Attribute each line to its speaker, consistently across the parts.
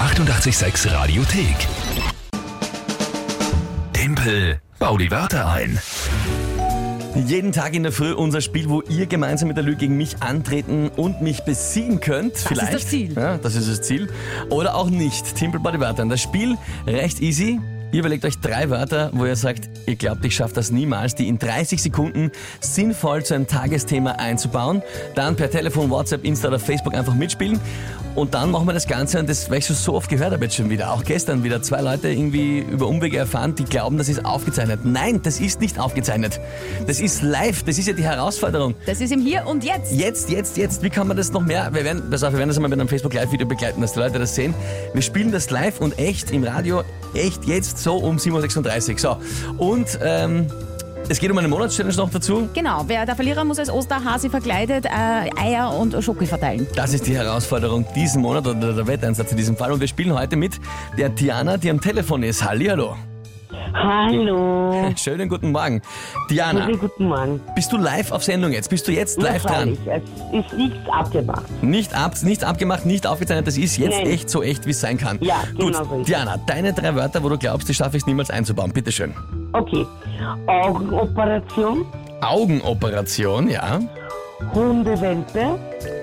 Speaker 1: 886 Radiothek. Tempel, bau die Wörter ein.
Speaker 2: Jeden Tag in der Früh unser Spiel, wo ihr gemeinsam mit der Lü gegen mich antreten und mich besiegen könnt.
Speaker 3: ist
Speaker 2: Vielleicht.
Speaker 3: das Ziel.
Speaker 2: Ja, das ist das Ziel. Oder auch nicht. Timpel bei den Wörtern. Das Spiel recht easy. Ihr überlegt euch drei Wörter, wo ihr sagt, ihr glaubt, ich schaffe das niemals, die in 30 Sekunden sinnvoll zu einem Tagesthema einzubauen. Dann per Telefon, WhatsApp, Insta oder Facebook einfach mitspielen. Und dann machen wir das Ganze, und das, weil ich schon so oft gehört habe jetzt schon wieder, auch gestern wieder zwei Leute irgendwie über Umwege erfahren, die glauben, das ist aufgezeichnet. Nein, das ist nicht aufgezeichnet. Das ist live, das ist ja die Herausforderung.
Speaker 3: Das ist im Hier und Jetzt.
Speaker 2: Jetzt, jetzt, jetzt, wie kann man das noch mehr? Wir werden, pass auf, wir werden das einmal mit einem Facebook-Live-Video begleiten, dass die Leute das sehen. Wir spielen das live und echt im Radio, echt jetzt, so um 7.36 Uhr. So, und ähm, es geht um eine Monatschallenge noch dazu.
Speaker 3: Genau, wer der Verlierer muss als Osterhase verkleidet äh, Eier und Schoki verteilen.
Speaker 2: Das ist die Herausforderung diesen Monat oder der Wetteinsatz in diesem Fall. Und wir spielen heute mit der Diana, die am Telefon ist. Hallihallo.
Speaker 4: Hallo.
Speaker 2: Schönen guten Morgen. Diana,
Speaker 4: Guten, guten Morgen.
Speaker 2: bist du live auf Sendung jetzt? Bist du jetzt live
Speaker 4: Ja,
Speaker 2: dran?
Speaker 4: freilich. Es ist nichts abgemacht.
Speaker 2: Nicht, ab, nicht abgemacht, nicht aufgezeichnet, das ist jetzt
Speaker 4: Nein.
Speaker 2: echt so echt, wie es sein kann.
Speaker 4: Ja,
Speaker 2: Gut,
Speaker 4: genau so ist es.
Speaker 2: Diana, deine drei Wörter, wo du glaubst, die schaffe ich niemals einzubauen. Bitteschön.
Speaker 4: Okay. Augenoperation,
Speaker 2: Augenoperation, ja.
Speaker 4: Hundewelpe,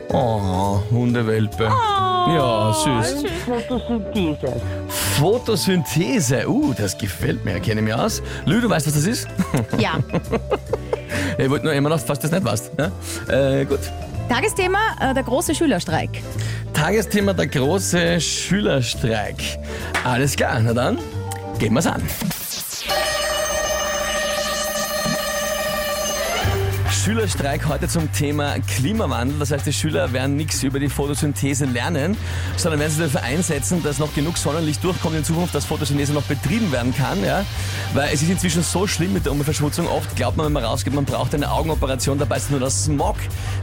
Speaker 2: Oh, Hundewelpe.
Speaker 4: Oh.
Speaker 2: ja, süß.
Speaker 4: Photosynthese.
Speaker 2: Photosynthese. Uh, das gefällt mir. Kenne ich mich aus. Lü, du weißt, was das ist?
Speaker 3: Ja.
Speaker 2: Ich wollte nur immer noch, falls du das nicht weißt. Ja? Äh, gut.
Speaker 3: Tagesthema, äh, der große Schülerstreik.
Speaker 2: Tagesthema der große Schülerstreik. Alles klar, na dann, gehen wir's an. Schülerstreik heute zum Thema Klimawandel. Das heißt, die Schüler werden nichts über die Photosynthese lernen, sondern werden sich dafür einsetzen, dass noch genug Sonnenlicht durchkommt in Zukunft, dass Photosynthese noch betrieben werden kann. Ja? Weil es ist inzwischen so schlimm mit der Umweltverschmutzung. Oft glaubt man, wenn man rausgeht, man braucht eine Augenoperation. Dabei ist nur der Smog,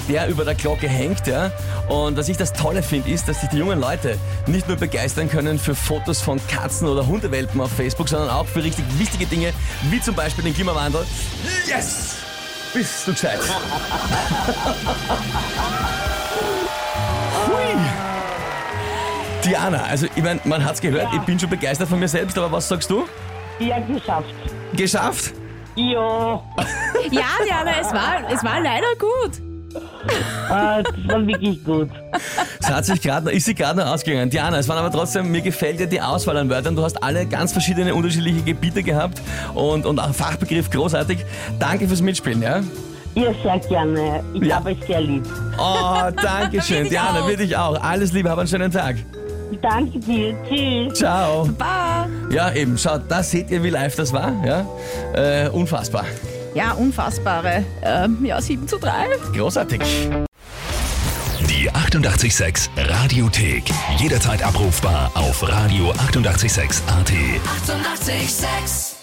Speaker 2: der über der Glocke hängt. Ja? Und was ich das Tolle finde, ist, dass sich die jungen Leute nicht nur begeistern können für Fotos von Katzen oder Hundewelpen auf Facebook, sondern auch für richtig wichtige Dinge, wie zum Beispiel den Klimawandel. Yes! Bist du gescheit? Hui. Diana, also ich meine, man hat's gehört, ich bin schon begeistert von mir selbst, aber was sagst du?
Speaker 4: Ja, geschafft.
Speaker 2: Geschafft?
Speaker 4: Ja,
Speaker 3: Ja, Diana, es war, es war leider gut.
Speaker 4: äh, das war wirklich gut.
Speaker 2: Es hat sich gerade, ist sie gerade noch ausgegangen. Diana, es waren aber trotzdem, mir gefällt ja die Auswahl an Wörtern. Du hast alle ganz verschiedene, unterschiedliche Gebiete gehabt und, und auch Fachbegriff großartig. Danke fürs Mitspielen, ja?
Speaker 4: Ihr sehr gerne. Ich
Speaker 2: Ja.
Speaker 4: habe euch sehr lieb.
Speaker 2: Oh, danke
Speaker 3: Wir
Speaker 2: schön.
Speaker 3: dich
Speaker 2: Diana,
Speaker 3: auch.
Speaker 2: wir dich auch. Alles Liebe, hab einen schönen Tag.
Speaker 4: Danke dir. Tschüss.
Speaker 2: Ciao.
Speaker 3: Bah.
Speaker 2: Ja, eben, schaut, da seht ihr, wie live das war. Ja? Äh, unfassbar.
Speaker 3: Ja, unfassbare. Ähm, ja, 7 zu 3.
Speaker 2: Großartig.
Speaker 1: Die 886 Radiothek. Jederzeit abrufbar auf radio886.at. 886! 886.
Speaker 5: 886